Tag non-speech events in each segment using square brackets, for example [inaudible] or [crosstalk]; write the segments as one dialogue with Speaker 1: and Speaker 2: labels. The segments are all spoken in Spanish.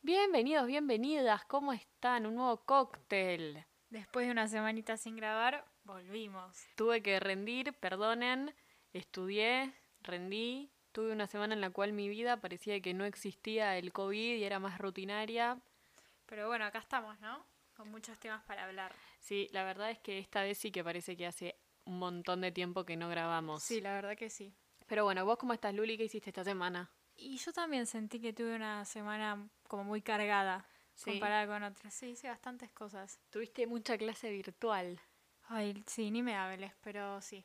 Speaker 1: Bienvenidos, bienvenidas, ¿cómo están? Un nuevo cóctel.
Speaker 2: Después de una semanita sin grabar, volvimos.
Speaker 1: Tuve que rendir, perdonen, estudié, rendí. Tuve una semana en la cual mi vida parecía que no existía el COVID y era más rutinaria.
Speaker 2: Pero bueno, acá estamos, ¿no? Con muchos temas para hablar.
Speaker 1: Sí, la verdad es que esta vez sí que parece que hace un montón de tiempo que no grabamos.
Speaker 2: Sí, la verdad que sí.
Speaker 1: Pero bueno, ¿vos cómo estás, Luli? ¿Qué hiciste esta semana?
Speaker 2: Y yo también sentí que tuve una semana como muy cargada
Speaker 1: Sí.
Speaker 2: comparada con otras. Sí, hice bastantes cosas.
Speaker 1: Tuviste mucha clase virtual.
Speaker 2: Ay, sí, ni me hables, pero sí.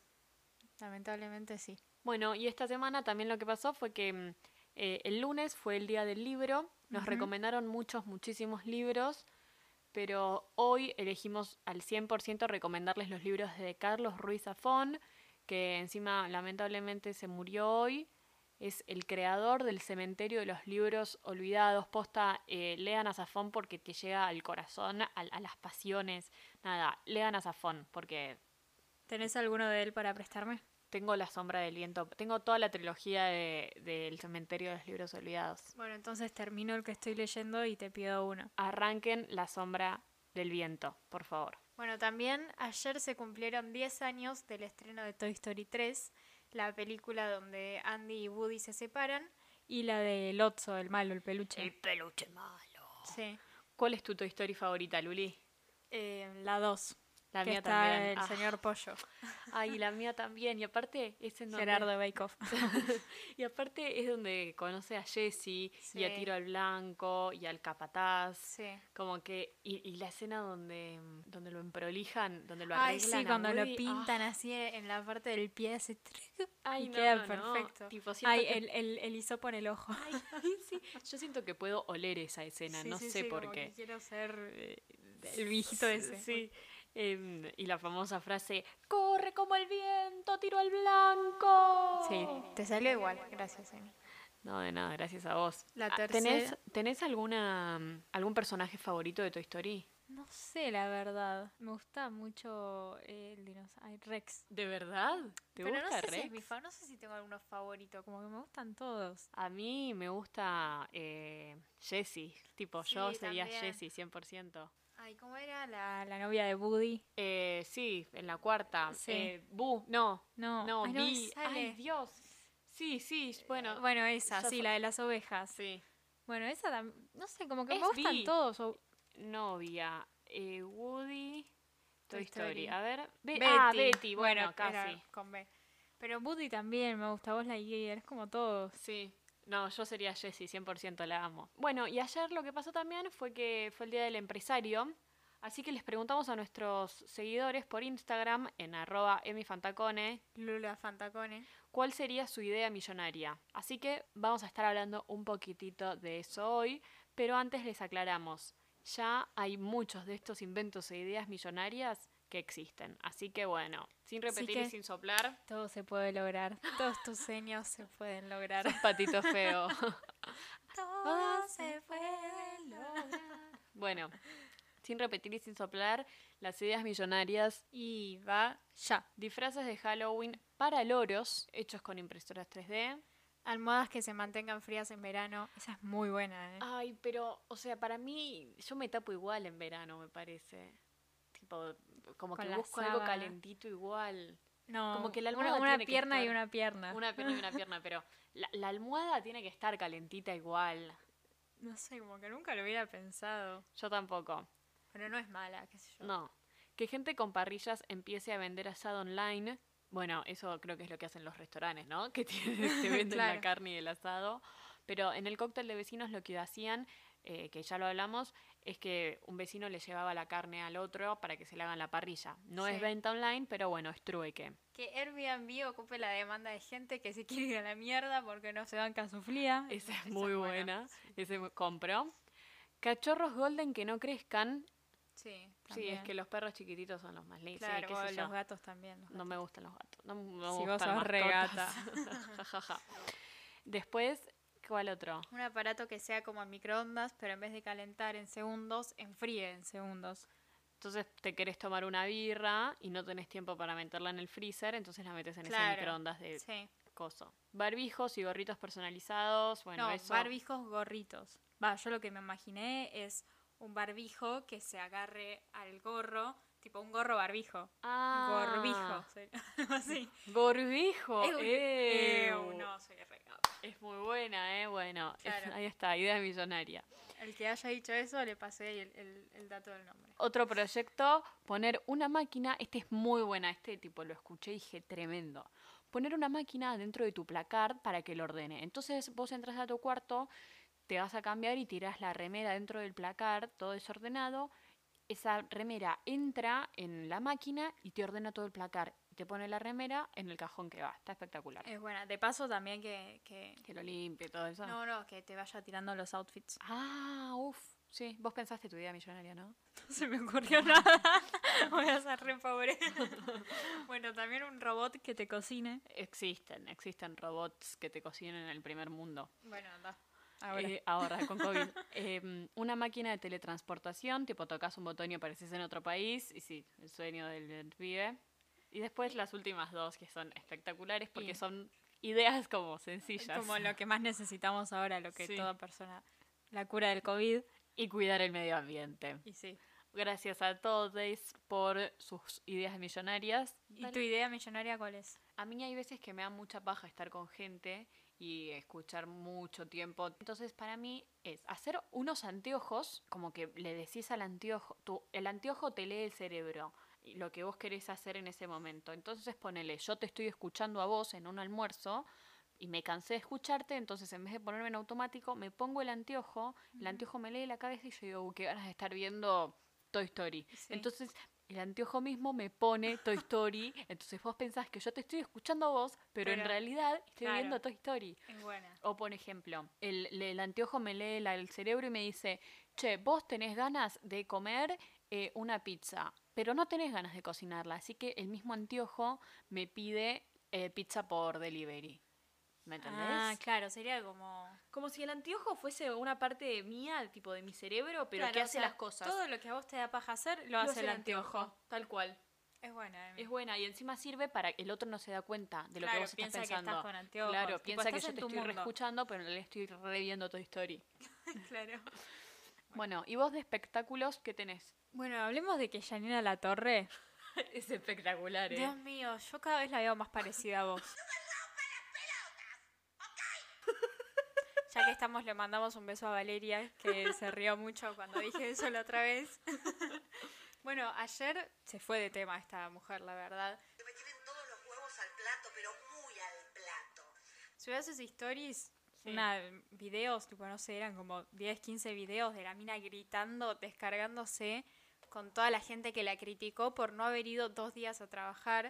Speaker 2: Lamentablemente sí.
Speaker 1: Bueno, y esta semana también lo que pasó fue que mm, eh, el lunes fue el día del libro, nos
Speaker 2: Ujú.
Speaker 1: recomendaron muchos, muchísimos libros, pero hoy elegimos al 100% recomendarles los libros de Carlos Ruiz Zafón, que encima lamentablemente se murió hoy. Es el creador del cementerio de los libros olvidados. Posta, eh, lean a Zafón porque te llega al corazón, a, a las pasiones. Nada, lean a Zafón porque
Speaker 2: ¿Tenés alguno de él para prestarme?
Speaker 1: tengo La Sombra del Viento. Tengo toda la trilogía de- del Cementerio de los Libros Olvidados.
Speaker 2: Bueno, entonces termino el que estoy leyendo y te pido uno.
Speaker 1: Arranquen La Sombra del Viento, por favor.
Speaker 2: Bueno, también ayer se cumplieron 10 años del estreno de Toy Story 3, la película donde Andy y Woody se separan, y la de Lotso, el malo, el peluche.
Speaker 1: peluche malo.
Speaker 2: Sí,
Speaker 1: ¿Cuál es tu Toy Story favorita, Luli?
Speaker 2: Eh, la 2.
Speaker 1: La
Speaker 2: que
Speaker 1: mía
Speaker 2: está
Speaker 1: también.
Speaker 2: El
Speaker 1: Ah.
Speaker 2: señor Pollo,
Speaker 1: Ay, la mía también. Y aparte es en donde-
Speaker 2: Gerardo
Speaker 1: [laughs]
Speaker 2: Baikoff.
Speaker 1: Y aparte es donde conoce a Jesse y a
Speaker 2: Sí.
Speaker 1: Tiro al Blanco y al Capataz.
Speaker 2: sí.
Speaker 1: Como que. Y, y la escena donde, donde lo emprolijan, donde lo
Speaker 2: Ay,
Speaker 1: arreglan.
Speaker 2: sí,
Speaker 1: a
Speaker 2: cuando lo
Speaker 1: Woody.
Speaker 2: pintan así en la parte del pie, ese truco.
Speaker 1: Ah, ay,
Speaker 2: y
Speaker 1: no,
Speaker 2: queda
Speaker 1: no, no.
Speaker 2: perfecto.
Speaker 1: Tipo, siento
Speaker 2: Ay,
Speaker 1: que-
Speaker 2: el, el, el hisopo en el ojo.
Speaker 1: Ay, sí. Yo siento que puedo oler esa escena,
Speaker 2: Sí,
Speaker 1: no
Speaker 2: sí,
Speaker 1: sé
Speaker 2: sí,
Speaker 1: por
Speaker 2: como que
Speaker 1: qué.
Speaker 2: Quiero ser eh, el viejito ese.
Speaker 1: Sí. Em, y la famosa frase, corre como el viento, tiro al blanco.
Speaker 2: Sí, te salió igual. Gracias, Emi.
Speaker 1: No, de nada, gracias a vos.
Speaker 2: La
Speaker 1: Ah, ¿Tenés,
Speaker 2: tercera.
Speaker 1: tenés alguna, mm, algún personaje favorito de Toy Story?
Speaker 2: No sé, la verdad. Me gusta mucho eh, el dinosaurio Rex.
Speaker 1: ¿De verdad? ¿Te
Speaker 2: Pero
Speaker 1: gusta
Speaker 2: no sé si es
Speaker 1: Rex?
Speaker 2: mi fa- no sé si tengo alguno favorito, como que me gustan todos.
Speaker 1: A mí me gusta eh, Jessie. Tipo,
Speaker 2: Sí,
Speaker 1: yo sería
Speaker 2: también.
Speaker 1: Jessie 100%.
Speaker 2: Ay, ¿cómo era Ah, la, la novia de Woody?
Speaker 1: Eh, sí, en la cuarta.
Speaker 2: Sí.
Speaker 1: Eh, Bu, no,
Speaker 2: No,
Speaker 1: No,
Speaker 2: ay, no me
Speaker 1: vi.
Speaker 2: sale. Eh,
Speaker 1: Ay, Dios. Sí, sí, bueno.
Speaker 2: bueno, esa,
Speaker 1: ya
Speaker 2: sí,
Speaker 1: fue.
Speaker 2: la de las ovejas.
Speaker 1: Sí.
Speaker 2: Bueno, esa tam- no sé, como que
Speaker 1: Es
Speaker 2: me gustan
Speaker 1: Vi.
Speaker 2: todos. o-
Speaker 1: Novia, eh, Woody, Toy
Speaker 2: Toy
Speaker 1: Story.
Speaker 2: Story.
Speaker 1: A ver. Be- Ah, Betty, bueno,
Speaker 2: era
Speaker 1: casi.
Speaker 2: con B. Pero Woody también me gusta, vos la es como todos.
Speaker 1: Sí. No, yo sería Jessie, 100% la amo. Bueno, y ayer lo que pasó también fue que fue el Día del Empresario. Así que les preguntamos a nuestros seguidores por Instagram, en arroba emifantacone,
Speaker 2: Lula Fantacone.
Speaker 1: cuál sería su idea millonaria. Así que vamos a estar hablando un poquitito de eso hoy, pero antes les aclaramos, ya hay muchos de estos inventos e ideas millonarias que existen. Así que bueno, sin repetir y
Speaker 2: que-
Speaker 1: sin soplar,
Speaker 2: Todo se puede lograr. Todos tus sueños se pueden lograr.
Speaker 1: patito feo. [laughs]
Speaker 2: Todo se puede lograr.
Speaker 1: bueno, sin repetir y sin soplar, las ideas millonarias
Speaker 2: Y va ya.
Speaker 1: Disfraces de Halloween para loros, hechos con impresoras 3D.
Speaker 2: Almohadas que se mantengan frías en verano. Esa es muy buena, ¿eh?
Speaker 1: Ay, pero, o sea, para mí, yo me tapo igual en verano, me parece. Tipo, como
Speaker 2: Con
Speaker 1: que
Speaker 2: la
Speaker 1: busco algo
Speaker 2: sábana.
Speaker 1: calentito igual.
Speaker 2: no,
Speaker 1: como que la
Speaker 2: una,
Speaker 1: almohada
Speaker 2: una
Speaker 1: tiene que
Speaker 2: pierna y
Speaker 1: estar-
Speaker 2: una pierna.
Speaker 1: Una pierna y
Speaker 2: [laughs]
Speaker 1: una pierna, pero la, la almohada tiene que estar calentita igual.
Speaker 2: No sé, como que nunca lo hubiera pensado.
Speaker 1: Yo tampoco.
Speaker 2: Pero no es mala, qué sé yo.
Speaker 1: No. Que gente con parrillas empiece a vender asado online. Bueno, eso creo que es lo que hacen los restaurantes, ¿no? [laughs] Que tienen- te venden la
Speaker 2: Claro.
Speaker 1: carne y el asado. Pero en el cóctel de vecinos lo que hacían, eh, que ya lo hablamos, es que un vecino le llevaba la carne al otro para que se le hagan la parrilla. No es
Speaker 2: Sí.
Speaker 1: venta online, pero bueno, es trueque.
Speaker 2: Que Airbnb ocupe la demanda de gente que se quiere ir a la mierda porque no se banca su fría.
Speaker 1: [laughs] Esa es muy buena. Ese me- compró. Cachorros golden que no crezcan.
Speaker 2: Sí,
Speaker 1: Sí, es que los perros chiquititos son los más lindos. Sí,
Speaker 2: Claro,
Speaker 1: qué sé
Speaker 2: o
Speaker 1: yo.
Speaker 2: los gatos también. los
Speaker 1: No me gustan los gatos. No me
Speaker 2: Si vos
Speaker 1: gustan
Speaker 2: sos re
Speaker 1: mascotas. [laughs] Ja, ja, ja. Después, ¿cuál otro?
Speaker 2: Un aparato que sea como microondas, pero en vez de calentar en segundos, enfríe en segundos.
Speaker 1: Entonces te querés tomar una birra y no tenés tiempo para meterla en el freezer, entonces la metes en ese
Speaker 2: Claro,
Speaker 1: microondas de
Speaker 2: Sí.
Speaker 1: coso. Barbijos y gorritos personalizados, bueno,
Speaker 2: no,
Speaker 1: eso.
Speaker 2: barbijos gorritos. Va, yo lo que me imaginé es un barbijo que se agarre al gorro, tipo un gorro barbijo. Gorbijo.
Speaker 1: Ah,
Speaker 2: sería [laughs] algo así.
Speaker 1: Gorbijo.
Speaker 2: Ew,
Speaker 1: ew.
Speaker 2: ew, no, soy regado.
Speaker 1: Es muy buena, ¿eh? Bueno, es-
Speaker 2: Claro.
Speaker 1: ahí está, idea millonaria.
Speaker 2: El que haya dicho eso le pasé el, el- el dato del nombre.
Speaker 1: Otro proyecto, poner una máquina, este es muy buena, este tipo lo escuché y dije, tremendo. Poner una máquina dentro de tu placard para que lo ordene. Entonces vos entras a tu cuarto, te vas a cambiar y tirás la remera dentro del placard, todo desordenado. Esa remera entra en la máquina y te ordena todo el placard. Y te pone la remera en el cajón que va. Está espectacular.
Speaker 2: Es buena. De paso también que, que-
Speaker 1: Eh, Que lo limpie, todo eso.
Speaker 2: No, no, que te vaya tirando los outfits. [laughs]
Speaker 1: Ah, uff. Sí, vos pensaste tu idea millonaria, ¿no?
Speaker 2: No se me ocurrió [laughs] nada. Voy a ser re pobre. [laughs] bueno, también un robot que te cocine.
Speaker 1: Existen, existen robots que te cocinen en el primer mundo.
Speaker 2: Bueno, anda.
Speaker 1: Eh, ahora, con COVID. Em, una máquina de teletransportación, tipo tocas un botón y apareces en otro país, y sí, el sueño del, del pibe. Y después las últimas dos, que son espectaculares porque
Speaker 2: Y-
Speaker 1: son ideas como
Speaker 2: Es
Speaker 1: sencillas.
Speaker 2: como lo que más necesitamos ahora, lo que
Speaker 1: Sí.
Speaker 2: toda persona. La cura del COVID.
Speaker 1: Y cuidar el medio ambiente.
Speaker 2: Y sí.
Speaker 1: Gracias a todos por sus ideas millonarias.
Speaker 2: ¿Y tu idea millonaria cuál es?
Speaker 1: A mí hay veces que me da mucha paja estar con gente y escuchar mucho tiempo. Entonces, para mí es hacer unos anteojos, como que le decís al anteojo, tu- el anteojo te lee el cerebro, y lo que vos querés hacer en ese momento. Entonces, ponele, yo te estoy escuchando a vos en un almuerzo y me cansé de escucharte, entonces en vez de ponerme en automático, me pongo el anteojo, el anteojo me lee la cabeza y yo digo, "Uh, qué ganas de estar viendo Toy Story.
Speaker 2: Sí.
Speaker 1: Entonces, el anteojo mismo me pone [laughs] Toy Story, entonces vos pensás que yo te estoy escuchando a vos, pero, en
Speaker 2: Pero-
Speaker 1: realidad estoy
Speaker 2: claro.
Speaker 1: viendo Toy Story.
Speaker 2: Es buena.
Speaker 1: O por ejemplo, el, le- el anteojo me lee la- el cerebro y me dice, che, vos tenés ganas de comer eh, una pizza, pero no tenés ganas de cocinarla, así que el mismo anteojo me pide eh, pizza por delivery. ¿Me entendés?
Speaker 2: Ah, claro, sería como.
Speaker 1: Como si el anteojo fuese una parte de mía, tipo de mi cerebro, pero
Speaker 2: Claro,
Speaker 1: que
Speaker 2: o
Speaker 1: hace
Speaker 2: sea,
Speaker 1: las cosas.
Speaker 2: Todo lo que a vos te da paja hacer lo, hace el anteojo.
Speaker 1: Tal cual.
Speaker 2: Es buena. Emi.
Speaker 1: Es buena y encima sirve para que el otro no se da cuenta de lo
Speaker 2: Claro,
Speaker 1: que vos estás
Speaker 2: piensa que
Speaker 1: pensando.
Speaker 2: estás con anteojos.
Speaker 1: Claro,
Speaker 2: Tipo,
Speaker 1: piensa que
Speaker 2: estás
Speaker 1: yo
Speaker 2: en
Speaker 1: te
Speaker 2: tu
Speaker 1: estoy
Speaker 2: mundo.
Speaker 1: reescuchando, pero en realidad estoy reviendo Toy Story.
Speaker 2: claro.
Speaker 1: Bueno, ¿y vos de espectáculos qué tenés?
Speaker 2: Bueno, hablemos de que Janina La Torre.
Speaker 1: [laughs] es espectacular, ¿eh?
Speaker 2: Dios mío, yo cada vez la veo más parecida a vos. [laughs] Ya que estamos, le mandamos un beso a Valeria, que se rió mucho cuando dije eso la otra vez. [laughs] Bueno, ayer se fue de tema esta mujer, la verdad.
Speaker 3: Que me tienen todos los huevos al plato, pero muy al plato.
Speaker 2: Subió sus stories,
Speaker 1: Sí.
Speaker 2: una- videos, tipo, no sé, eran como 10, 15 videos de la mina gritando, descargándose con toda la gente que la criticó por no haber ido dos días a trabajar.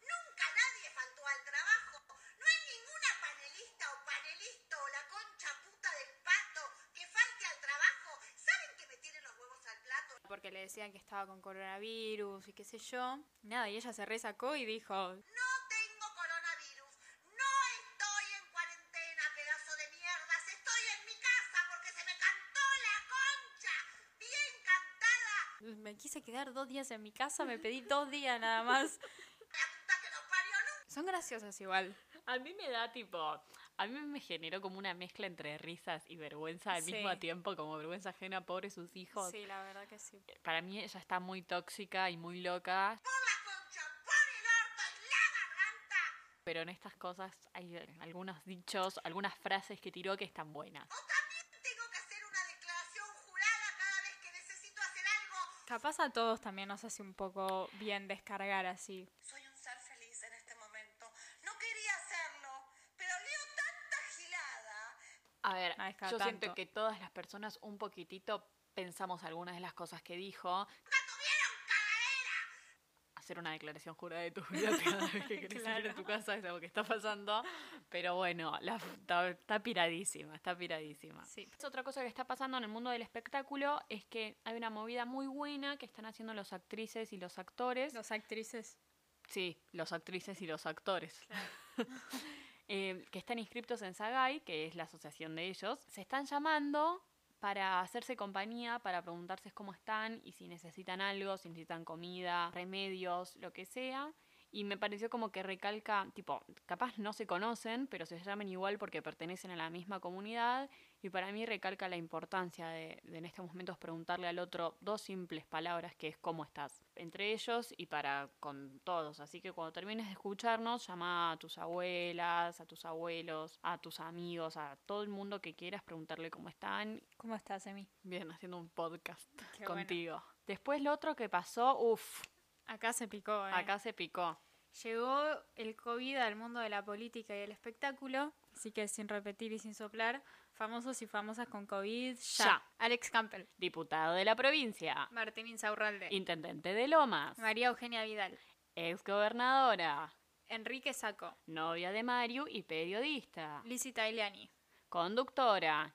Speaker 3: Nunca nadie faltó al trabajo. No hay ninguna panelista o panelista o la concha puta del pato que falte al trabajo. ¿Saben que me tienen los huevos al plato?
Speaker 2: porque le decían que estaba con coronavirus y qué sé yo. Nada, y ella se resacó y dijo,
Speaker 3: No tengo coronavirus. No estoy en cuarentena, pedazo de mierdas. Estoy en mi casa porque se me cantó la concha. Bien cantada.
Speaker 2: me quise quedar dos días en mi casa, me pedí dos días nada más.
Speaker 3: La puta que nos parió
Speaker 2: [laughs]
Speaker 3: nunca.
Speaker 2: Son graciosas igual.
Speaker 1: A mí me da tipo. A mí me generó como una mezcla entre risas y vergüenza al
Speaker 2: Sí.
Speaker 1: mismo tiempo, como vergüenza ajena, pobre sus hijos.
Speaker 2: Sí, la verdad que sí.
Speaker 1: Para mí ella está muy tóxica y muy loca,
Speaker 3: Por la concha, por el orto y la garganta.
Speaker 1: pero en estas cosas hay eh, algunos dichos, algunas frases que tiró que están buenas.
Speaker 3: O también tengo que hacer una declaración jurada cada vez que necesito hacer algo.
Speaker 2: Capaz a todos también nos hace un poco bien descargar así.
Speaker 3: Soy un ser feliz en este momento. No quería hacerlo, pero leo tanta gilada.
Speaker 1: A ver,
Speaker 2: Una vez cada
Speaker 1: yo siento
Speaker 2: tanto.
Speaker 1: que todas las personas un poquitito pensamos algunas de las cosas que dijo. Hacer una declaración jurada de tu vida cada vez que querés salir de tu casa es algo que está pasando. Pero bueno, la, f- está, está piradísima, está piradísima.
Speaker 2: Sí.
Speaker 1: Es Otra cosa que está pasando en el mundo del espectáculo es que hay una movida muy buena que están haciendo los actrices y los actores.
Speaker 2: Las actrices.
Speaker 1: Sí, los actrices y los actores. [laughs] Eh, que están inscriptos en Sagai, que es la asociación de ellos, se están llamando para hacerse compañía, para preguntarse cómo están y si necesitan algo, si necesitan comida, remedios, lo que sea. Y me pareció como que recalca, tipo, capaz no se conocen, pero se llaman igual porque pertenecen a la misma comunidad. Y para mí recalca la importancia de, de en estos momentos preguntarle al otro dos simples palabras, que es cómo estás, entre ellos y para con todos. Así que cuando termines de escucharnos, llama a tus abuelas, a tus abuelos, a tus amigos, a todo el mundo que quieras preguntarle cómo están.
Speaker 2: ¿Cómo estás, Emi?
Speaker 1: Bien, haciendo un podcast
Speaker 2: Qué bueno.
Speaker 1: contigo. Después lo otro que pasó, uff,
Speaker 2: Acá se picó, ¿eh?
Speaker 1: acá se picó.
Speaker 2: Llegó el COVID al mundo de la política y del espectáculo, así que sin repetir y sin soplar, famosos y famosas con COVID, ya.
Speaker 1: Ya.
Speaker 2: Alex Campbell,
Speaker 1: Diputado de la provincia,
Speaker 2: Martín Insaurralde,
Speaker 1: intendente de Lomas,
Speaker 2: María Eugenia Vidal,
Speaker 1: exgobernadora,
Speaker 2: Enrique Saco,
Speaker 1: novia de Mario y periodista,
Speaker 2: Lizzie Tagliani
Speaker 1: conductora,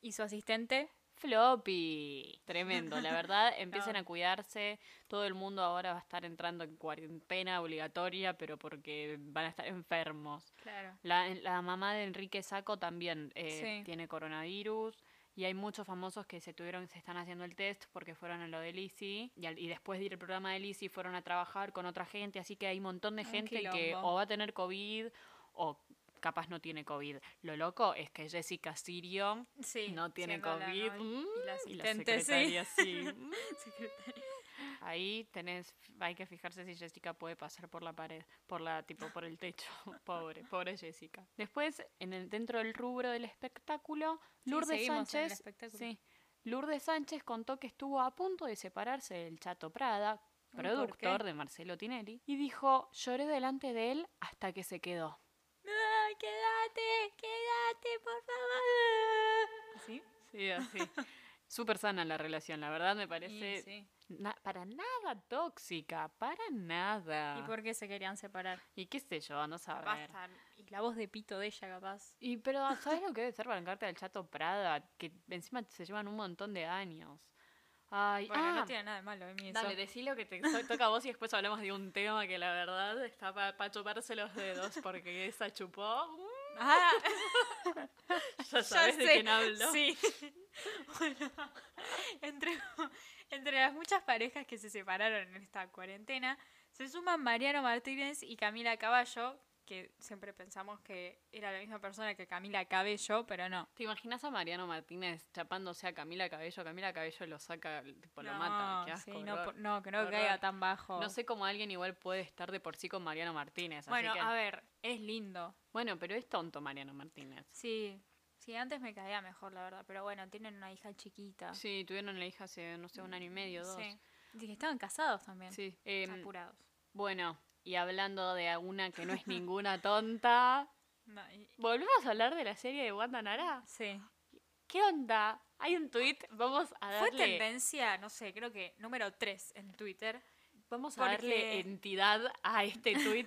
Speaker 2: y su asistente.
Speaker 1: floppy. Tremendo,
Speaker 2: [laughs]
Speaker 1: la verdad, empiecen
Speaker 2: No.
Speaker 1: a cuidarse. Todo el mundo ahora va a estar entrando en cuarentena obligatoria, pero porque van a estar enfermos.
Speaker 2: Claro.
Speaker 1: La, la mamá de Enrique Saco también eh,
Speaker 2: Sí.
Speaker 1: tiene coronavirus. Y hay muchos famosos que se tuvieron, se están haciendo el test porque fueron a lo de Lizzie. Y, al- y después de ir al programa de Lizzie fueron a trabajar con otra gente. Así que hay un montón de
Speaker 2: Un
Speaker 1: gente que
Speaker 2: quilombo.
Speaker 1: o va a tener COVID o capaz no tiene COVID. Lo loco es que Jessica Sirio
Speaker 2: Sí.
Speaker 1: no tiene
Speaker 2: siendo la
Speaker 1: COVID. mm,
Speaker 2: novia Y la
Speaker 1: y la
Speaker 2: asistente, sí. [laughs]
Speaker 1: secretaria sí. mm.
Speaker 2: Secretaria.
Speaker 1: Ahí tenés, hay que fijarse si Jessica puede pasar por la pared, por la, tipo, por el techo. [laughs] Pobre, pobre Jessica. Después, en el, dentro del rubro del espectáculo,
Speaker 2: Sí,
Speaker 1: Lourdes
Speaker 2: seguimos en el
Speaker 1: Sánchez.
Speaker 2: espectáculo.
Speaker 1: sí, Lourdes Sánchez contó que estuvo a punto de separarse del Chato Prada,
Speaker 2: Uy, ¿por
Speaker 1: productor
Speaker 2: qué?
Speaker 1: de Marcelo Tinelli, y dijo, lloré delante de él hasta que se quedó.
Speaker 2: [laughs] Ay, quédate, quédate, por favor.
Speaker 1: ¿Sí? Sí, así. [laughs] Súper sana la relación, la verdad me parece
Speaker 2: Y, sí.
Speaker 1: na- para nada tóxica, para nada.
Speaker 2: ¿Y por qué se querían separar?
Speaker 1: Y qué sé yo, no saber.
Speaker 2: Basta. Y la voz de pito de ella, capaz.
Speaker 1: Y pero, ah, ¿sabes lo que debe ser bancarte al Chato Prada? Que encima se llevan un montón de años. Ay,
Speaker 2: Bueno,
Speaker 1: ah,
Speaker 2: no tiene nada de malo, Emi. eso.
Speaker 1: Dale, decí lo que te to- toca a vos y después hablamos de un tema que la verdad está para chuparse los dedos porque esa chupó. mm,
Speaker 2: Ah, [laughs]
Speaker 1: Ya sabes de
Speaker 2: sé,
Speaker 1: quién hablo.
Speaker 2: Sí. [laughs] bueno, entre, entre las muchas parejas que se separaron en esta cuarentena, se suman Mariano Martínez y Camila Caballo, que siempre pensamos que era la misma persona que Camila Cabello, pero no.
Speaker 1: ¿Te imaginas a Mariano Martínez chapándose a Camila Cabello? Camila Cabello lo saca, tipo, Pues lo mata. Qué asco,
Speaker 2: sí, no,
Speaker 1: horror.
Speaker 2: po- no, que no
Speaker 1: horror.
Speaker 2: caiga tan bajo.
Speaker 1: No sé cómo alguien igual puede estar de por sí con Mariano Martínez. así
Speaker 2: bueno,
Speaker 1: que-
Speaker 2: a ver, es lindo.
Speaker 1: Bueno, pero es tonto Mariano Martínez.
Speaker 2: Sí, sí, antes me caía mejor, la verdad, pero bueno, tienen una hija chiquita.
Speaker 1: Sí, tuvieron la hija hace, no sé, un año y medio, dos.
Speaker 2: Sí. Y que estaban casados también.
Speaker 1: Sí. em,
Speaker 2: Apurados.
Speaker 1: bueno, y hablando de alguna que no es ninguna tonta, [laughs]
Speaker 2: No, y-
Speaker 1: volvemos a hablar de la serie de Wanda Nara.
Speaker 2: sí.
Speaker 1: ¿Qué onda? Hay un tweet, vamos a
Speaker 2: Fue
Speaker 1: darle,
Speaker 2: tendencia, no sé, creo que número 3 en Twitter.
Speaker 1: vamos a
Speaker 2: porque-
Speaker 1: darle entidad a este [laughs] tweet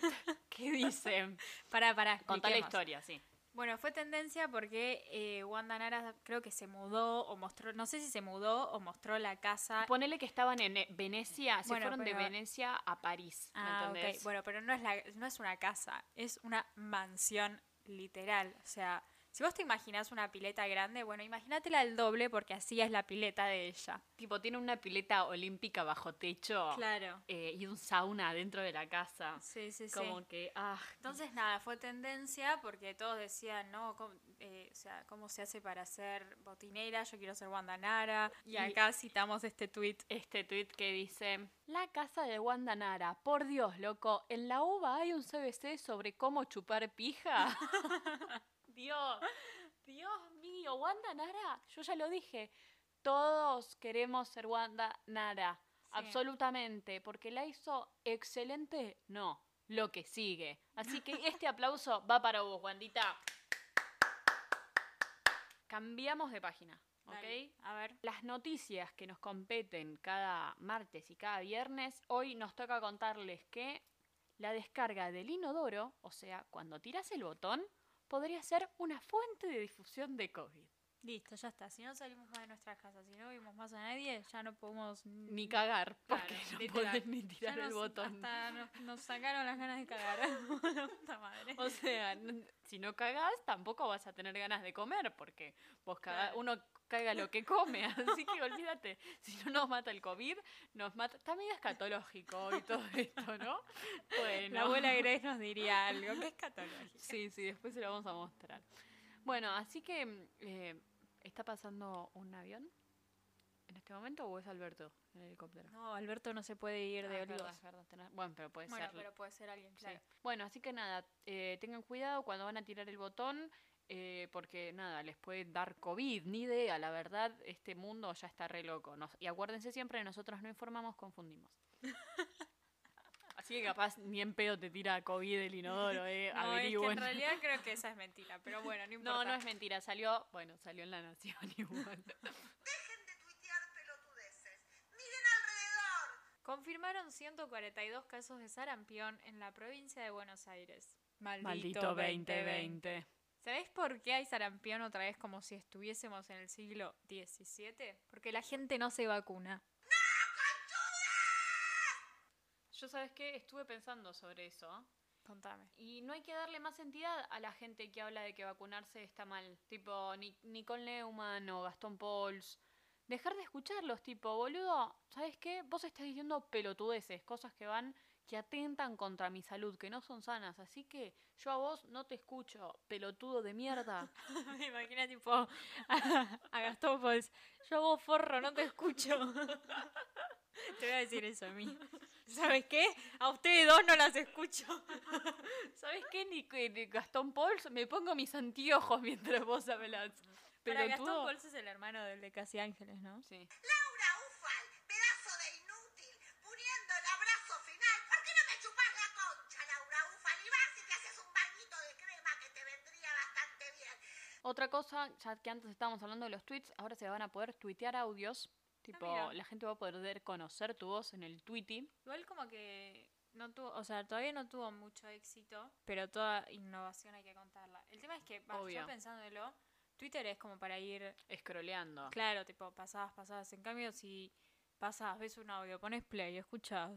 Speaker 1: que dice.
Speaker 2: Para, para,
Speaker 1: Contá la historia, sí.
Speaker 2: Bueno, fue tendencia porque eh, Wanda Nara creo que se mudó o mostró, no sé si se mudó o mostró la casa.
Speaker 1: Ah, Ponele que estaban en eh, Venecia, se
Speaker 2: Bueno,
Speaker 1: fueron de
Speaker 2: pero-
Speaker 1: Venecia a París, ¿me
Speaker 2: Ah, ok.
Speaker 1: entendés?
Speaker 2: Bueno, pero no es, la, no es una casa, es una mansión literal. O sea, si vos te imaginás una pileta grande, bueno, imagínatela al doble porque así es la pileta de ella.
Speaker 1: Tipo, tiene una pileta olímpica bajo techo
Speaker 2: Claro.
Speaker 1: eh, y un sauna dentro de la casa.
Speaker 2: Sí, sí, sí.
Speaker 1: Como que, ah,
Speaker 2: Entonces, nada, fue tendencia porque todos decían, no, ¿cómo, eh, o sea, ¿cómo se hace para ser botinera? Yo quiero ser Wanda Nara. Y,
Speaker 1: Y-
Speaker 2: acá citamos este tweet.
Speaker 1: este tuit que dice, la casa de Wanda Nara, por Dios, loco, en la uva hay un CBC sobre cómo chupar pija.
Speaker 2: [laughs]
Speaker 1: Dios, Dios mío, Wanda Nara, yo ya lo dije, todos queremos ser Wanda Nara, absolutamente, porque la hizo excelente, no, lo que sigue. Así que
Speaker 2: [laughs]
Speaker 1: este aplauso va para vos, Wandita. Cambiamos de página, ¿ok?
Speaker 2: Dale, A ver.
Speaker 1: Las noticias que nos competen cada martes y cada viernes, hoy nos toca contarles que la descarga del inodoro, o sea, cuando tiras el botón, podría ser una fuente de difusión de COVID.
Speaker 2: Listo, ya está. Si no salimos más de nuestras casas, si no vimos más a nadie, ya no podemos
Speaker 1: Ni cagar,
Speaker 2: Mm, Claro,
Speaker 1: porque no
Speaker 2: literal.
Speaker 1: podés ni
Speaker 2: Ya
Speaker 1: tirar el
Speaker 2: nos-
Speaker 1: botón.
Speaker 2: hasta nos, nos sacaron las ganas de cagar. [laughs] Puta madre.
Speaker 1: [laughs] O sea, n- si no cagás, tampoco vas a tener ganas de comer, porque vos caga-
Speaker 2: Claro.
Speaker 1: uno caga lo que [laughs] come, así que olvídate, si no nos mata el COVID, nos mata... Está medio escatológico y todo esto, [laughs] ¿no? Bueno.
Speaker 2: La abuela Grace nos diría algo que es catológico.
Speaker 1: Sí, sí, después se lo vamos a mostrar. Bueno, así que mm, eh, está pasando un avión en este momento o es Alberto en el helicóptero.
Speaker 2: No, Alberto no se puede ir
Speaker 1: Ah,
Speaker 2: de
Speaker 1: es verdad,
Speaker 2: olivos.
Speaker 1: es verdad, tenés- Bueno, pero puede
Speaker 2: Bueno,
Speaker 1: ser.
Speaker 2: pero puede ser alguien,
Speaker 1: sí.
Speaker 2: claro.
Speaker 1: Bueno, así que nada, eh, tengan cuidado cuando van a tirar el botón, eh, porque nada, les puede dar COVID, ni idea, la verdad, este mundo ya está re loco. Nos- y acuérdense siempre, nosotros no informamos, [laughs] confundimos. Así que capaz ni en pedo te tira COVID el inodoro, [laughs] eh.
Speaker 2: No, es que
Speaker 1: averigüen.
Speaker 2: en realidad creo que esa es mentira, pero bueno, [laughs] no importa.
Speaker 1: No, no es mentira, salió, bueno, salió en La Nación [laughs] igual.
Speaker 3: Dejen de tuitear pelotudeces. Miren alrededor.
Speaker 2: Confirmaron 142 casos de sarampión en la provincia de Buenos Aires.
Speaker 1: Maldito 2020.
Speaker 2: ¿Sabéis por qué hay sarampión otra vez como si estuviésemos en el siglo XVII? Porque la gente no se vacuna.
Speaker 1: Yo, ¿sabes qué? Estuve pensando sobre eso. [laughs]
Speaker 2: Contame.
Speaker 1: Y no hay que darle más entidad a la gente que habla de que vacunarse está mal. Tipo, Ni- Nicole Neumann o Gastón Pauls. Dejar de escucharlos, tipo, boludo, ¿sabes qué? Vos estás diciendo pelotudeces, cosas que van, que atentan contra mi salud, que no son sanas. Así que yo a vos no te escucho, pelotudo de mierda.
Speaker 2: Me imagino tipo [laughs] a, a Gastón Pauls, yo hago forro, no te escucho. [laughs] Te voy a decir eso a mí. ¿Sabes qué? A ustedes dos no las escucho.
Speaker 1: ¿Sabes qué, Ni- que- de Gastón Pauls? Me pongo mis anteojos mientras vos hablas.
Speaker 2: Pero Gastón
Speaker 1: Pelotudo.
Speaker 2: Pauls es el hermano del de Casi Ángeles, ¿no?
Speaker 1: Sí.
Speaker 3: Laura Ufal, pedazo de inútil, poniendo el abrazo final. ¿Por qué no me chupas la concha, Laura Ufal? Y vas y te haces un bañito de crema que te vendría bastante bien.
Speaker 1: Otra cosa, ya que antes estábamos hablando de los tweets, ahora se van a poder tuitear audios. Tipo,
Speaker 2: mira.
Speaker 1: la gente va a poder conocer tu voz en el tweety.
Speaker 2: Igual como que no tuvo, o sea, todavía no tuvo mucho éxito, pero toda innovación hay que contarla. El tema es que, va,
Speaker 1: Obvio.
Speaker 2: yo pensándolo, Twitter es como para ir,
Speaker 1: Escroleando.
Speaker 2: claro, tipo, pasadas, pasadas. En cambio, si pasas, ves un audio, pones play, escuchas.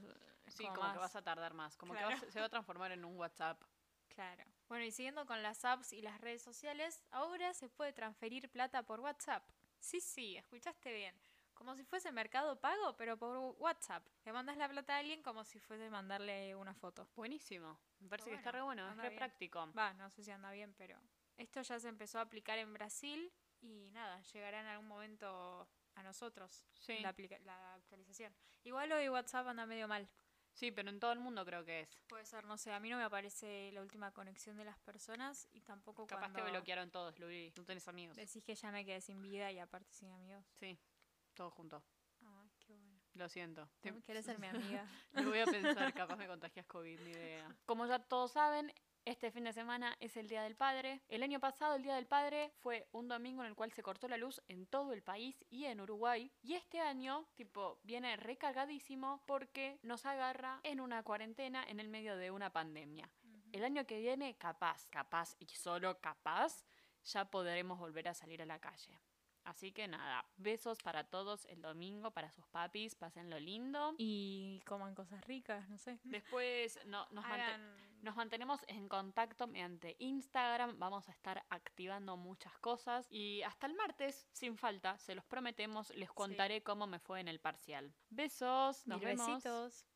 Speaker 2: es
Speaker 1: Sí, como, que
Speaker 2: más-
Speaker 1: vas a tardar más. Como
Speaker 2: Claro.
Speaker 1: que vas- se va a transformar en un WhatsApp.
Speaker 2: Claro. Bueno, y siguiendo con las apps y las redes sociales, ahora se puede transferir plata por WhatsApp. Sí, sí, escuchaste bien. Como si fuese Mercado Pago, pero por WhatsApp. Le mandas la plata a alguien como si fuese mandarle una foto.
Speaker 1: Buenísimo. Me parece que
Speaker 2: bueno,
Speaker 1: está re bueno, es
Speaker 2: anda
Speaker 1: re
Speaker 2: bien.
Speaker 1: práctico.
Speaker 2: Va, no sé si anda bien, pero esto ya se empezó a aplicar en Brasil y nada, llegará en algún momento a nosotros
Speaker 1: Sí.
Speaker 2: la, aplica- la actualización. Igual hoy WhatsApp anda medio mal.
Speaker 1: Sí, pero en todo el mundo creo que es.
Speaker 2: Puede ser, no sé, a mí no me aparece la última conexión de las personas y tampoco
Speaker 1: Capaz
Speaker 2: cuando
Speaker 1: te bloquearon todos, Luli. No tenés amigos.
Speaker 2: decís que ya me quedé sin vida y aparte sin amigos.
Speaker 1: Sí, todo junto.
Speaker 2: Ay, qué bueno.
Speaker 1: Lo siento. Te-
Speaker 2: ¿No ¿Querés
Speaker 1: [laughs]
Speaker 2: ser mi amiga?
Speaker 1: Lo voy a pensar, capaz me contagias COVID, ni idea. Como ya todos saben, este fin de semana es el Día del Padre. El año pasado el Día del Padre fue un domingo en el cual se cortó la luz en todo el país y en Uruguay. Y este año, tipo, viene recargadísimo porque nos agarra en una cuarentena en el medio de una pandemia. El año que viene, capaz, capaz y solo capaz, ya podremos volver a salir a la calle. Así que nada, besos para todos el domingo, para sus papis, pásenlo lindo.
Speaker 2: y coman cosas ricas, no sé.
Speaker 1: Después no- nos, mante-
Speaker 2: Hagan-
Speaker 1: nos mantenemos en contacto mediante Instagram. Vamos a estar activando muchas cosas. Y hasta el martes, sin falta, se los prometemos, les contaré cómo me fue en el parcial. Besos, nos
Speaker 2: Mil
Speaker 1: vemos.
Speaker 2: besitos.